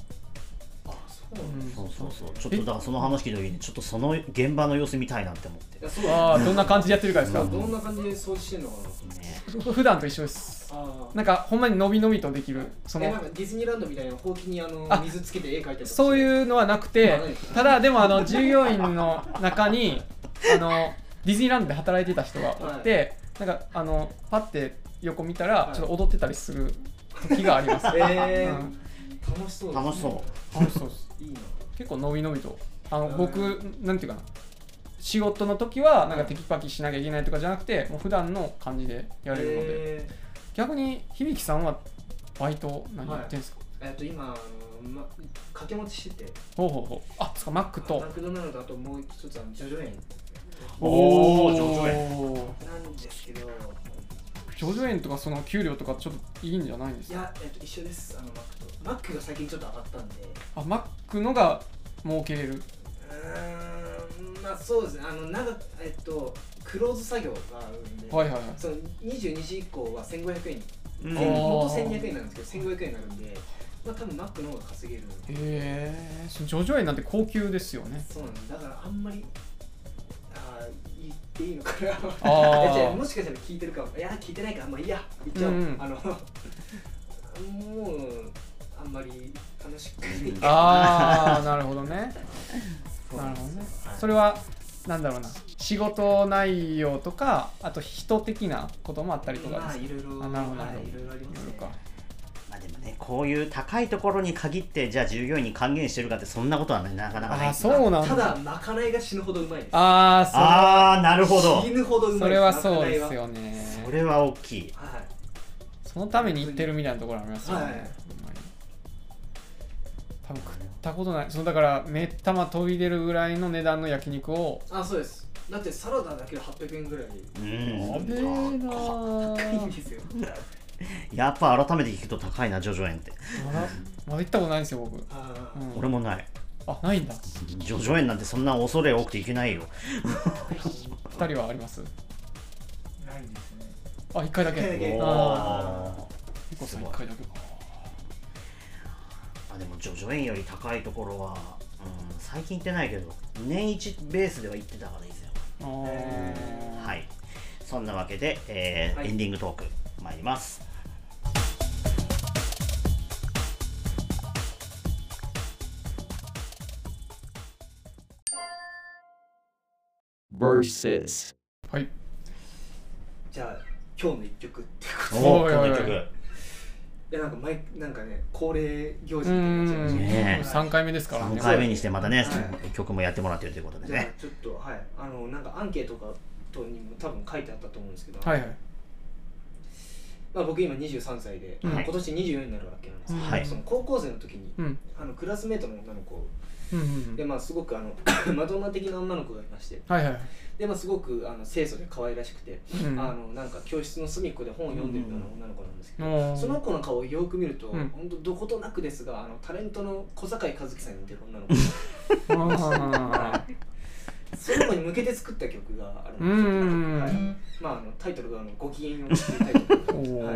[SPEAKER 1] ーあそう
[SPEAKER 3] う
[SPEAKER 1] なんだ
[SPEAKER 3] ん
[SPEAKER 2] そうそうそうちょっとだからその話聞いた時にちょっとその現場の様子見たいなって思って
[SPEAKER 1] いやそう
[SPEAKER 3] ああどんな感じでやってるかですか、
[SPEAKER 1] どんな感じで掃除してんのかな
[SPEAKER 2] ね
[SPEAKER 3] ふ普段と一緒です
[SPEAKER 1] ああ
[SPEAKER 3] なんかほんまにのびのびとできるそ
[SPEAKER 1] え
[SPEAKER 3] の
[SPEAKER 1] なんかディズニーランドみたいなほうきにあの
[SPEAKER 3] あ
[SPEAKER 1] 水つけて絵描いたりとか
[SPEAKER 3] そう
[SPEAKER 1] う
[SPEAKER 3] いうのはなくて
[SPEAKER 1] ない
[SPEAKER 3] ただでもあの従業員の中にあのディズニーランドで働いてた人がおって、なんかあのパッて横見たら
[SPEAKER 1] はい
[SPEAKER 3] ちょっと踊ってたりする時があり ます、
[SPEAKER 1] えー
[SPEAKER 3] うん
[SPEAKER 1] 楽しそうですね
[SPEAKER 2] 楽しそう
[SPEAKER 3] 楽しそうです
[SPEAKER 1] いいな
[SPEAKER 3] 結構のびのびとあの
[SPEAKER 1] うん
[SPEAKER 3] 僕なんていうかな仕事の時はなんかテキパキしなきゃいけないとかじゃなくてもう普段の感じでやれるので
[SPEAKER 1] え
[SPEAKER 3] 逆に響さんはバイト何やってんすか、
[SPEAKER 1] ーえっと今あの、ま、掛け持ちしてて
[SPEAKER 3] ほうほうほうあつかマックと
[SPEAKER 1] マクドナルドあともう一つあのジョジョ園
[SPEAKER 2] おー上場
[SPEAKER 3] 園
[SPEAKER 1] なんですけどい
[SPEAKER 3] 上場園とかその給料とかちょっといいんじゃないんですか
[SPEAKER 1] や、えっと、一緒ですあのマックとマックが最近ちょっと上がったんで
[SPEAKER 3] あマックのが儲けれる
[SPEAKER 1] うーんまあそうですねあの長くえっとクローズ作業があるんで、
[SPEAKER 3] はいはいはい
[SPEAKER 1] その22時以降は1500円
[SPEAKER 2] うん
[SPEAKER 3] あー
[SPEAKER 1] 元1200円なんですけど1500円になるんで、まあ、多分マックの方が稼げる
[SPEAKER 3] へえー、上場園なんて高級ですよね
[SPEAKER 1] そうなんですだからあんまりああ言っていいのかな
[SPEAKER 3] あー
[SPEAKER 1] いや違うもしかしたら聞いてるかもいや聞いてないかまあいいや言っちゃおう、
[SPEAKER 3] うん
[SPEAKER 1] あのもうあんまり楽しく
[SPEAKER 2] うん
[SPEAKER 3] ああなるほ どねなるほどね
[SPEAKER 1] はい
[SPEAKER 3] それはなんだろうな仕事内容とかあと人的なこともあったりとか
[SPEAKER 1] まあ
[SPEAKER 3] です
[SPEAKER 1] いろいろ
[SPEAKER 3] あなるほど
[SPEAKER 1] はい
[SPEAKER 3] なるほど
[SPEAKER 1] いろいろありますね
[SPEAKER 3] いろいろか
[SPEAKER 2] まあでもねこういう高いところに限ってじゃあ従業員に還元してるかってそんなことはねなかなかない
[SPEAKER 3] あーそうなん
[SPEAKER 1] た
[SPEAKER 3] だ
[SPEAKER 1] だまかないが死ぬほどうまいです
[SPEAKER 3] ああ
[SPEAKER 2] あーなるほど
[SPEAKER 1] 死ぬほどうまい
[SPEAKER 3] それはそう
[SPEAKER 1] ま
[SPEAKER 3] で
[SPEAKER 1] か
[SPEAKER 3] す
[SPEAKER 1] ないは
[SPEAKER 3] よね
[SPEAKER 2] それは大きい
[SPEAKER 1] はい
[SPEAKER 3] そのために行ってるみたいなところありますよね、
[SPEAKER 1] はい
[SPEAKER 3] ほんまに多分食ったことないそのだからめったま飛び出るぐらいの値段の焼肉を
[SPEAKER 1] あそうですだってサラダだけで800円ぐらい
[SPEAKER 2] うん
[SPEAKER 3] べえなー
[SPEAKER 1] 高いんですよ
[SPEAKER 2] やっぱ改めて聞くと高いなジョジョ園って
[SPEAKER 3] まだまだ行ったことないんですよ僕、うん
[SPEAKER 1] あー
[SPEAKER 2] 俺もない
[SPEAKER 3] あないんだ
[SPEAKER 2] 叙々苑なんてそんな恐れ多くていけないよ
[SPEAKER 3] 二人はあります
[SPEAKER 5] ないですね
[SPEAKER 3] あ一回だけ
[SPEAKER 1] 一回だけ
[SPEAKER 3] あ
[SPEAKER 2] あ
[SPEAKER 3] ーゆこさん一回だけか
[SPEAKER 2] あでも叙々苑より高いところは、うん、最近行ってないけど年一ベースでは行ってたからいいですよ
[SPEAKER 3] あー
[SPEAKER 2] はいそんなわけで、えー
[SPEAKER 1] はい
[SPEAKER 2] エンディングトーク参ります
[SPEAKER 4] versus
[SPEAKER 3] はい
[SPEAKER 1] じゃあ今日の一曲っていうこと
[SPEAKER 2] おお
[SPEAKER 3] おい
[SPEAKER 2] こ
[SPEAKER 3] おい
[SPEAKER 2] の
[SPEAKER 3] おい
[SPEAKER 2] 曲
[SPEAKER 1] でいやなんか毎なんかね恒例行事みたいになっちゃいましたけど
[SPEAKER 2] うんねえ
[SPEAKER 3] 3回目ですからね
[SPEAKER 2] 3回目にしてまたね、
[SPEAKER 1] は
[SPEAKER 2] 曲もやってもらってるということで
[SPEAKER 1] じゃあ
[SPEAKER 2] ね
[SPEAKER 1] ちょっとはいあのなんかアンケートとかとにも多分書いてあったと思うんですけど、
[SPEAKER 3] はいはい
[SPEAKER 1] まあ、僕今23歳で、
[SPEAKER 3] うん
[SPEAKER 1] 今年24になるわけなんですけど、
[SPEAKER 2] はい
[SPEAKER 1] その高校生の時に
[SPEAKER 3] うん
[SPEAKER 1] あのクラスメートの女の子
[SPEAKER 3] うんうんう
[SPEAKER 1] で
[SPEAKER 3] ん
[SPEAKER 1] まあすごくあの マドンナ的な女の子がいまして
[SPEAKER 3] はいはい
[SPEAKER 1] でまあすごくあの清楚で可愛らしくて、
[SPEAKER 3] うん
[SPEAKER 1] あのなんか教室の隅っこで本を読んでるような女の子なんですけど、
[SPEAKER 3] おー
[SPEAKER 1] その子の顔をよく見ると、
[SPEAKER 3] うん
[SPEAKER 1] 本当どことなくですがあのタレントの小坂井和樹さんに似てる女の子
[SPEAKER 3] あ
[SPEAKER 1] その子に向けて作った曲があるんです
[SPEAKER 3] ーう
[SPEAKER 1] よ、
[SPEAKER 3] んうんう
[SPEAKER 1] はい
[SPEAKER 3] ん
[SPEAKER 1] まああのタイトルがあのご機嫌をっていうタイトル
[SPEAKER 3] お
[SPEAKER 1] は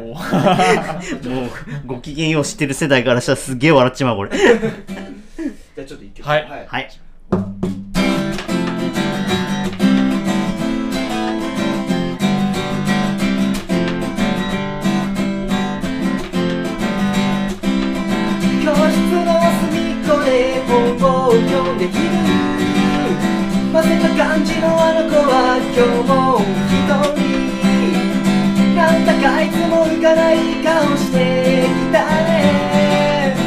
[SPEAKER 1] い
[SPEAKER 3] お
[SPEAKER 2] もうご機嫌を知ってる世代からしたらすげえ笑っちまうこれ
[SPEAKER 1] じゃあちょっと一曲
[SPEAKER 3] はい
[SPEAKER 2] はい
[SPEAKER 1] 教室の隅っこで本を読んでいる混ぜた感じのあの子は今日も一人なんだかいつも浮かない顔してきたね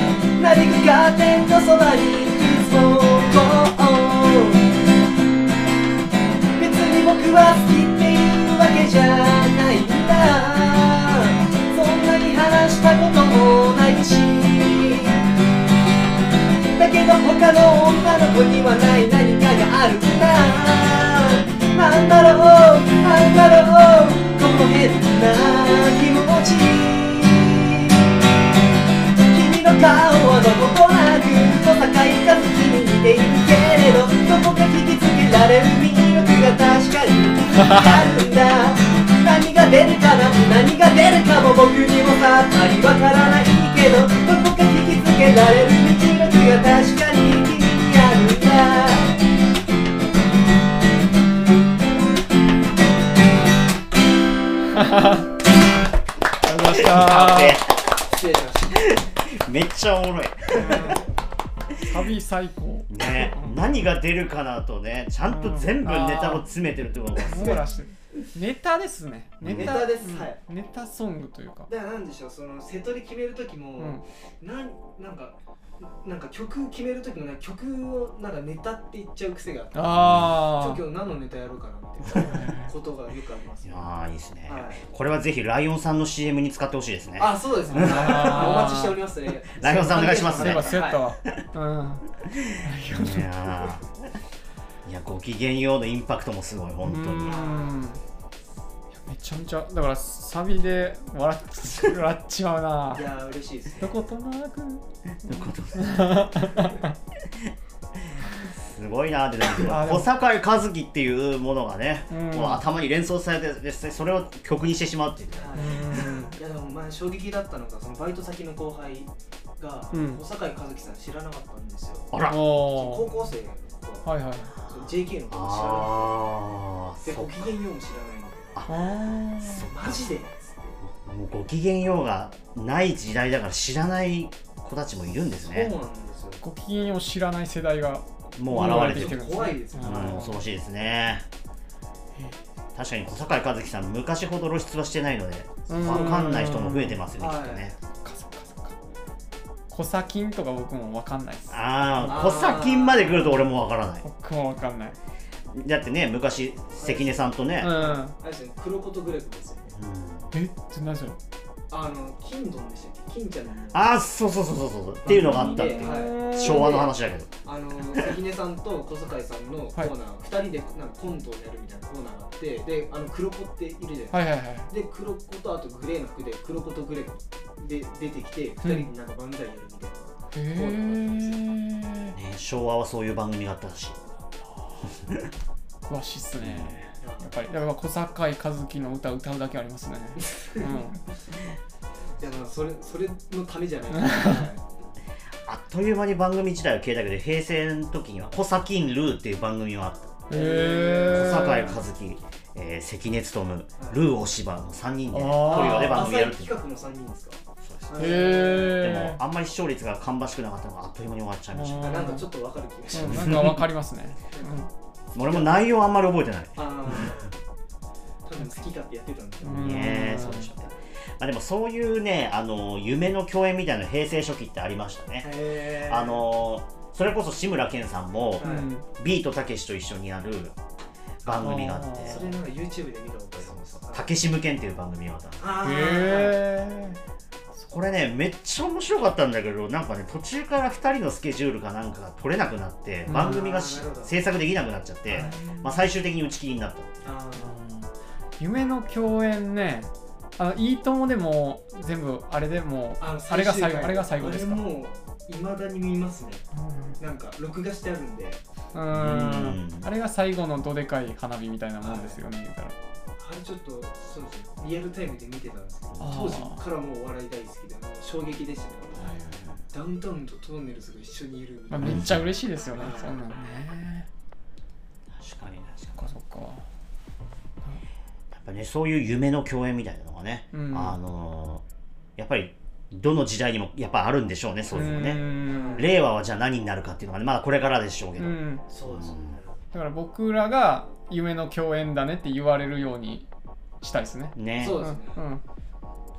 [SPEAKER 1] なびくカーテンのそばにいつもこう別に僕は好きっていうわけじゃないんだそんなに話したこともないしだけど他の女の子にはない何かがあるんだなんだろうなんだろうこの変な気持ち君の顔はどこもなく小坂井和樹に似ているけれどどこか引きつけられる魅力が確かにあるんだ何が出るかな何が出るかも僕にもさっぱりわからないけどどこか引きつけられる魅力が確かにあるんだ
[SPEAKER 3] ありがとうございました
[SPEAKER 1] 失礼しました
[SPEAKER 2] めっちゃおもろい
[SPEAKER 3] 旅最高
[SPEAKER 2] ね何が出るかなとねちゃんと全部
[SPEAKER 3] うん
[SPEAKER 2] ネタを詰めてるってことがすごい
[SPEAKER 3] 網羅してるネタですねネタ
[SPEAKER 1] ネタですはい
[SPEAKER 3] うんネタソングというか
[SPEAKER 1] だからなんでしょうその瀬戸り決める時も、
[SPEAKER 3] うん
[SPEAKER 1] なんなんかなんか曲決める時もね曲をなんかネタって言っちゃう癖があって
[SPEAKER 3] あ
[SPEAKER 1] ちょ今日何のネタやろうかなみたいなことがよくあります
[SPEAKER 2] い
[SPEAKER 1] ね
[SPEAKER 2] やーいいですね、
[SPEAKER 1] はい
[SPEAKER 2] これはぜひライオンさんの CM に使ってほしいですね
[SPEAKER 1] あそうですねお
[SPEAKER 3] あー
[SPEAKER 1] 待ちしておりますね
[SPEAKER 2] ライオンさんお願いしま
[SPEAKER 3] あ
[SPEAKER 2] す
[SPEAKER 3] そうい
[SPEAKER 2] ね
[SPEAKER 3] えばそうやったわ
[SPEAKER 2] いやーいやご機嫌ようのインパクトもすごい本
[SPEAKER 3] うんう
[SPEAKER 2] 当に
[SPEAKER 3] んいやめちゃめちゃだからサビで笑っ笑っちまうない
[SPEAKER 1] やー嬉しいですね
[SPEAKER 3] どことなく
[SPEAKER 2] すごいなってなるけど
[SPEAKER 3] あでも
[SPEAKER 2] 小坂井和樹っていうものがね、
[SPEAKER 3] うん
[SPEAKER 2] こう頭に連想されて実際それを曲にしてしまうっていうね
[SPEAKER 1] は
[SPEAKER 3] う
[SPEAKER 1] いい
[SPEAKER 3] ん
[SPEAKER 1] やでも前衝撃だったのがそのバイト先の後輩が
[SPEAKER 3] うん
[SPEAKER 1] 小坂井和樹さん知らなかったんですよ
[SPEAKER 2] あら
[SPEAKER 1] 高
[SPEAKER 3] お
[SPEAKER 1] 校生が
[SPEAKER 3] ーはいはい
[SPEAKER 1] その JK のこと知らなか
[SPEAKER 2] あ
[SPEAKER 1] っ
[SPEAKER 2] ー
[SPEAKER 1] たで
[SPEAKER 2] そ
[SPEAKER 1] ご
[SPEAKER 2] う
[SPEAKER 1] 機嫌ようも知らないので
[SPEAKER 3] あー
[SPEAKER 1] マジで
[SPEAKER 2] もうご機嫌ようがない時代だから知らない子たちもいるんです
[SPEAKER 1] そう
[SPEAKER 2] ね
[SPEAKER 1] なんですよ
[SPEAKER 3] ご機嫌を知らない世代が
[SPEAKER 2] もう現れてる
[SPEAKER 3] るんですね
[SPEAKER 1] 怖いですね
[SPEAKER 2] うん恐ろしいですね確かに小坂井和樹さん昔ほど露出はしてないので
[SPEAKER 3] うん
[SPEAKER 2] 分かんない人も増えてますよねき
[SPEAKER 1] はい
[SPEAKER 2] っとね
[SPEAKER 3] かそっかそっかコサキンとか僕もわかんないです
[SPEAKER 2] ああ
[SPEAKER 1] あー
[SPEAKER 2] 小サキンまで来ると俺もわからない
[SPEAKER 3] 僕もわかんない
[SPEAKER 2] だってね昔関根さんとね、
[SPEAKER 3] うん
[SPEAKER 1] あれですね黒子とグレコですよね
[SPEAKER 3] えって何それ
[SPEAKER 1] あの金ドンでしたっけ金ちゃんの
[SPEAKER 2] ああそうそうそうそうそうっていうのがあったっていう
[SPEAKER 1] は
[SPEAKER 2] 昭和の話だけど
[SPEAKER 1] あの関根さんと小坂井さんのコーナー、二人でなんかコントをやるみたいなコーナーがあってであの黒子っているじゃないですか、
[SPEAKER 3] はいはいはい
[SPEAKER 1] で黒子とあとグレーの服で黒子とグレーで出てきて二人でなんか漫才やるみたいな、
[SPEAKER 3] へえ
[SPEAKER 2] ね昭和はそういう番組があったらしい
[SPEAKER 3] 詳しいっすねやっぱりだから小坂井和樹の歌歌うだけありますね、うん、
[SPEAKER 1] いやまあそれそれのためじゃ ないか
[SPEAKER 2] あっという間に番組自体は消えたけど平成の時には「コサキンルー」っていう番組はあった
[SPEAKER 3] へえ
[SPEAKER 2] 小坂井和樹、えー関根勤ルーお芝の3人で
[SPEAKER 3] あ
[SPEAKER 2] トリ
[SPEAKER 3] ー
[SPEAKER 2] オで番組
[SPEAKER 1] 浅
[SPEAKER 2] や
[SPEAKER 1] い
[SPEAKER 2] るって
[SPEAKER 1] 企
[SPEAKER 2] いう
[SPEAKER 1] 画の3人ですか
[SPEAKER 2] そうです
[SPEAKER 1] へ
[SPEAKER 2] で
[SPEAKER 3] へ
[SPEAKER 2] もあんまり視聴率が芳しくなかったのがあっという間に終わっちゃいました
[SPEAKER 1] なんかちょっとわかる気がし
[SPEAKER 3] え、うん、
[SPEAKER 1] ます、
[SPEAKER 3] なんかわかりますね、
[SPEAKER 2] 俺も内容あんまり覚え てない
[SPEAKER 1] ああ多分好き勝手やってたんですよ、
[SPEAKER 3] うん
[SPEAKER 2] ねえそうでしょうねまあ、でもそういうねあの夢の共演みたいな平成初期ってありましたね、
[SPEAKER 1] へー
[SPEAKER 2] あのそれこそ志村けんさんも、
[SPEAKER 1] うん
[SPEAKER 3] うん
[SPEAKER 2] ビートたけしと一緒にやる番組があって
[SPEAKER 3] あー
[SPEAKER 1] それなんか YouTube で見たことあるそうそう
[SPEAKER 2] たけしむけんっていう番組があったんです
[SPEAKER 1] あー
[SPEAKER 3] へ
[SPEAKER 2] これねめっちゃ面白かったんだけどなんかね途中から2人のスケジュールかなんかが取れなくなって
[SPEAKER 3] うん
[SPEAKER 2] 番組がし
[SPEAKER 1] なるほど
[SPEAKER 2] 制作できなくなっちゃって、まあ、最終的に打ち切りになった
[SPEAKER 1] あー
[SPEAKER 3] 夢の共演ねあのいいともでも全部あれでもう
[SPEAKER 1] あの
[SPEAKER 3] あれが最後
[SPEAKER 1] 回
[SPEAKER 3] あれが最後ですか
[SPEAKER 1] あれもいまだに見ますねなんか録画してあるんで
[SPEAKER 3] うん
[SPEAKER 2] うん
[SPEAKER 3] あれが最後のどでかい花火みたいなもんですよね言うたら
[SPEAKER 1] あれちょっとそうですねリアルタイムで見てたんですけど
[SPEAKER 3] あー
[SPEAKER 1] 当時からもうお笑い大好きでもう衝撃でしたねダウンタウンとトンネルズが一緒にいるみ
[SPEAKER 3] ま
[SPEAKER 1] た
[SPEAKER 3] あ、
[SPEAKER 1] いな、
[SPEAKER 3] めっちゃ嬉しいですよね、そんなんね。
[SPEAKER 2] 確かに確か
[SPEAKER 3] そっかそっか。
[SPEAKER 2] やっぱねそういう夢の共演みたいなのがね、
[SPEAKER 3] うん
[SPEAKER 2] あのーやっぱりどの時代にもやっぱあるんでしょうねそういうの
[SPEAKER 3] う
[SPEAKER 2] ね
[SPEAKER 3] ん
[SPEAKER 2] 令和はじゃあ何になるかっていうのがねまだこれからでしょうけ
[SPEAKER 3] う
[SPEAKER 2] ど、
[SPEAKER 3] ん、
[SPEAKER 1] そうですね
[SPEAKER 3] だから僕らが夢の共演だねって言われるようにしたいですね。
[SPEAKER 2] ね
[SPEAKER 1] そう
[SPEAKER 3] う
[SPEAKER 1] で
[SPEAKER 3] ん
[SPEAKER 1] す
[SPEAKER 3] う
[SPEAKER 1] ね
[SPEAKER 3] ん、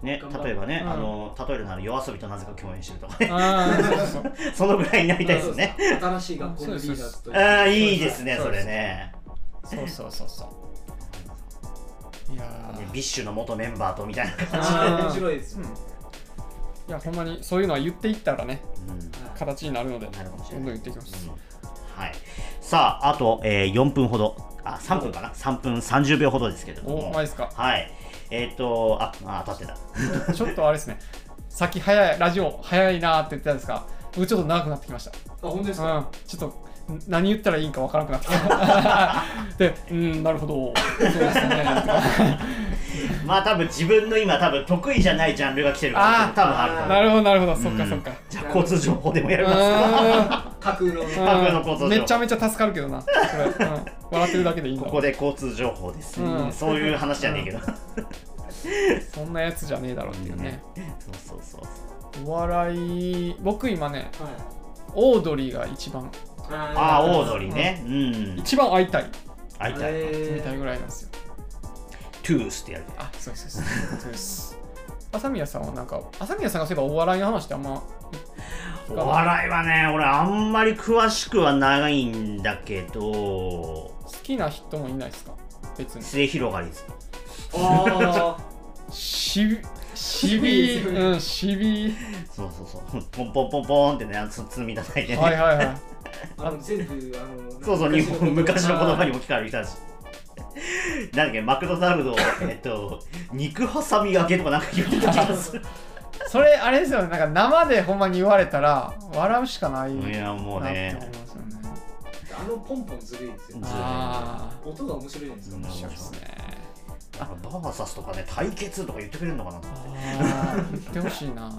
[SPEAKER 2] ね
[SPEAKER 1] 頑張ろう
[SPEAKER 2] 例えばね、
[SPEAKER 3] うん
[SPEAKER 2] あの例えるなら夜遊びとなぜか共演してるとかね
[SPEAKER 3] ああ、そうそうそう。
[SPEAKER 2] そのぐらいになりたいです
[SPEAKER 1] あ
[SPEAKER 2] ね
[SPEAKER 1] そうです新しい学校のリーダーズと
[SPEAKER 2] ああいいですね
[SPEAKER 3] そ
[SPEAKER 2] そう
[SPEAKER 3] で
[SPEAKER 2] れ
[SPEAKER 3] す
[SPEAKER 2] ね
[SPEAKER 3] そうそうそうそう。いや
[SPEAKER 2] ね
[SPEAKER 3] ー
[SPEAKER 2] ビッシュの元メンバーとみたいな、
[SPEAKER 3] あ
[SPEAKER 1] 面
[SPEAKER 3] ー
[SPEAKER 1] 白いですね
[SPEAKER 3] いや、ほんまにそういうのは言っていったらね、
[SPEAKER 2] うん
[SPEAKER 3] 形になるので、
[SPEAKER 2] なるかもし
[SPEAKER 3] ど
[SPEAKER 2] れ
[SPEAKER 3] んどん
[SPEAKER 2] ない
[SPEAKER 3] 言っていきます。
[SPEAKER 2] はい、さああと、えー4分ほどあ3分かな3分30秒ほどですけれど
[SPEAKER 3] お、
[SPEAKER 2] も
[SPEAKER 3] マジっすか。
[SPEAKER 2] はいえっ、とああ当たってた
[SPEAKER 3] ちょっとあれですね、さっき早い、ラジオ早いなーって言ってたんですが、僕ちょっと長くなってきました。
[SPEAKER 1] あ本当ですか、
[SPEAKER 3] うん、ちょっとん何言ったらいいんかわからなくなって きたで、うん、なるほど、そうです ね。
[SPEAKER 2] まあ多分自分の今多分得意じゃないジャンルが来てるから
[SPEAKER 3] あー
[SPEAKER 2] 多分あると思う
[SPEAKER 3] なるほど、なるほど、そっ
[SPEAKER 2] う
[SPEAKER 3] か
[SPEAKER 2] ん
[SPEAKER 3] そっか。
[SPEAKER 2] じゃあ交通情報でも やります
[SPEAKER 3] う
[SPEAKER 1] 架空の
[SPEAKER 3] ん
[SPEAKER 2] 架空の構造上
[SPEAKER 3] めちゃめちゃ助かるけどな、これうん笑ってるだけでいいんだ
[SPEAKER 2] ここで交通情報です、
[SPEAKER 3] うん
[SPEAKER 2] そういう話じゃねえけど、
[SPEAKER 3] そんなやつじゃねえだろうっていうね。
[SPEAKER 2] そうそうそう
[SPEAKER 3] お笑い、僕今ね、
[SPEAKER 1] はい
[SPEAKER 3] オードリーが一番、
[SPEAKER 1] あ
[SPEAKER 2] ああ
[SPEAKER 1] ー
[SPEAKER 2] オードリーねうん、
[SPEAKER 3] 一番会いたい、
[SPEAKER 2] 会いたい、
[SPEAKER 1] え
[SPEAKER 3] みたいぐらいなんですよ。
[SPEAKER 2] トゥースってやる
[SPEAKER 3] あ、そうそうそう。そうです。朝宮さんはなんか、朝宮さんがそういえばお笑いの話ってあんま、
[SPEAKER 2] お笑いはね俺あんまり詳しくはないんだけど
[SPEAKER 3] 好きな人もいないですか別に。
[SPEAKER 2] 末広がりです
[SPEAKER 1] ー、あ
[SPEAKER 3] しび、し
[SPEAKER 1] 渋いで
[SPEAKER 3] び、
[SPEAKER 1] すよね
[SPEAKER 3] うん、しび、
[SPEAKER 2] そうそうそうポンポンポンポンってねあのつ積み叩いてね、
[SPEAKER 3] はいはいはい。
[SPEAKER 1] ーあの全部あの
[SPEAKER 2] そうそう日本昔の
[SPEAKER 1] 言
[SPEAKER 2] 言
[SPEAKER 1] 葉
[SPEAKER 2] 葉に置き換える人たちなんだっけマクドナルドえっと肉挟み揚げとかなんか言ってた気がする
[SPEAKER 3] それ、あれですよね、なんか生でほんまに言われたら、笑うしかない。
[SPEAKER 2] いやもうね
[SPEAKER 3] なって思いますよね。
[SPEAKER 1] あのポンポンずるいですよ
[SPEAKER 2] ずるい
[SPEAKER 3] ああ、
[SPEAKER 1] 音が面白いじゃないですか、
[SPEAKER 3] 面白
[SPEAKER 2] うん
[SPEAKER 3] いですね。
[SPEAKER 2] あのバーサスとかね対決とか言ってくれるのかな
[SPEAKER 3] ああ、言ってほしいな。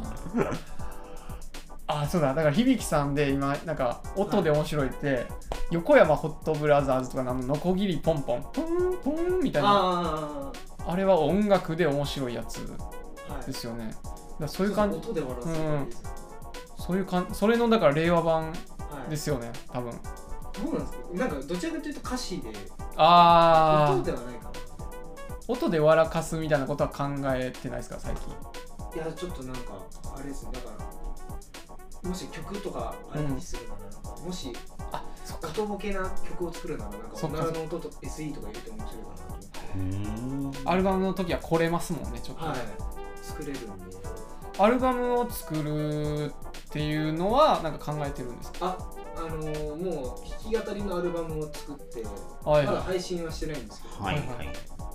[SPEAKER 3] あ、そうだ、だから響さんで今、なんか音で面白いって、横山ホットブラザーズとかのあのノコギリポンポン、ポンポンみたいな、
[SPEAKER 1] あ
[SPEAKER 3] あれは音楽で面白いやつ
[SPEAKER 1] あ、はい、
[SPEAKER 3] ですよね。だからそういう感じ。
[SPEAKER 1] 音で笑わせる感じですよ、
[SPEAKER 3] そういうかんそれのだから令和版
[SPEAKER 1] はい
[SPEAKER 3] ですよね多分
[SPEAKER 1] どうなんですかなんかどちらかというと歌詞で音で
[SPEAKER 3] ああ
[SPEAKER 1] はないか
[SPEAKER 3] 音で笑かすみたいなことは考えてないですか最近
[SPEAKER 1] ないやちょっとなんかあれですねだからもし曲とかあれにするなら、なんかもし
[SPEAKER 3] あそっ
[SPEAKER 1] 音ボケな曲を作るならなんか
[SPEAKER 3] そ
[SPEAKER 1] お
[SPEAKER 3] っか
[SPEAKER 1] ならの音と SE とか入れて面白いかなと思って
[SPEAKER 3] アルバムの時は来れますもんねちょっと、
[SPEAKER 1] はい作れるんで
[SPEAKER 3] アルバムを作るっていうのはなんか考えてるんですか
[SPEAKER 1] ああのーもう弾き語りのアルバムを作って
[SPEAKER 3] はい
[SPEAKER 1] まだ
[SPEAKER 3] は
[SPEAKER 1] 配信はしてないんですけど、
[SPEAKER 2] はいはい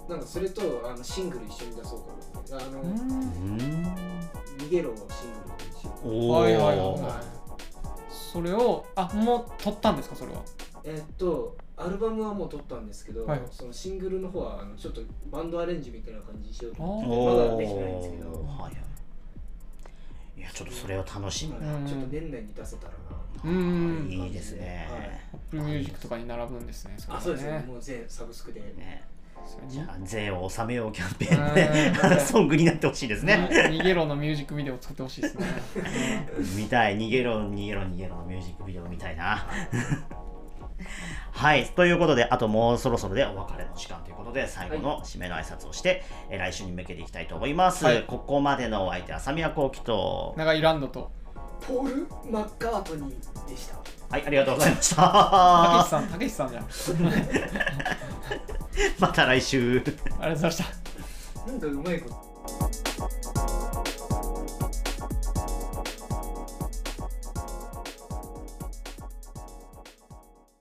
[SPEAKER 1] なんかそれとあのシングル一緒に出そうかなあの、
[SPEAKER 3] いうん
[SPEAKER 1] 逃げろをシングルにしよう
[SPEAKER 2] おお
[SPEAKER 3] はいはいはいそそれをあもう取ったんですかそれは
[SPEAKER 1] えっとアルバムはもう撮ったんですけど、
[SPEAKER 3] はい
[SPEAKER 1] そのシングルの方はあのちょっとバンドアレンジみたいな感じにしようと思って
[SPEAKER 3] あ
[SPEAKER 1] まだできてないんですけど、
[SPEAKER 2] おーはいはいいやちょっとそれは楽しみ
[SPEAKER 1] ま
[SPEAKER 2] な、
[SPEAKER 1] あちょっと年内に出せたらな
[SPEAKER 3] うーん
[SPEAKER 2] いいですね、
[SPEAKER 3] アップルミュージックとかに並ぶんですねそれ
[SPEAKER 1] あ
[SPEAKER 3] は
[SPEAKER 1] そうですねもう全サブスクで
[SPEAKER 2] ね
[SPEAKER 3] それ
[SPEAKER 2] じ
[SPEAKER 3] に
[SPEAKER 2] ゃあ税を納めようキャンペーン
[SPEAKER 3] う
[SPEAKER 2] で、
[SPEAKER 3] ん
[SPEAKER 2] ソングになってほしいですね、
[SPEAKER 3] に逃げろのミュージックビデオを作ってほしいですね
[SPEAKER 2] 見たい逃げろ逃げろ逃げろのミュージックビデオ見たいなはいということであともうそろそろでお別れの時間ということで最後の締めの挨拶をして、えー来週に向けていきたいと思います、
[SPEAKER 3] はい
[SPEAKER 2] ここまでのお相手浅宮幸輝と
[SPEAKER 3] 長いランドと
[SPEAKER 1] ポール・マッカートニーでした
[SPEAKER 2] はいありがとうございました
[SPEAKER 3] たけしさんたけしさんじゃんあり
[SPEAKER 2] また来週
[SPEAKER 3] がとうございました
[SPEAKER 1] なんかうまいこと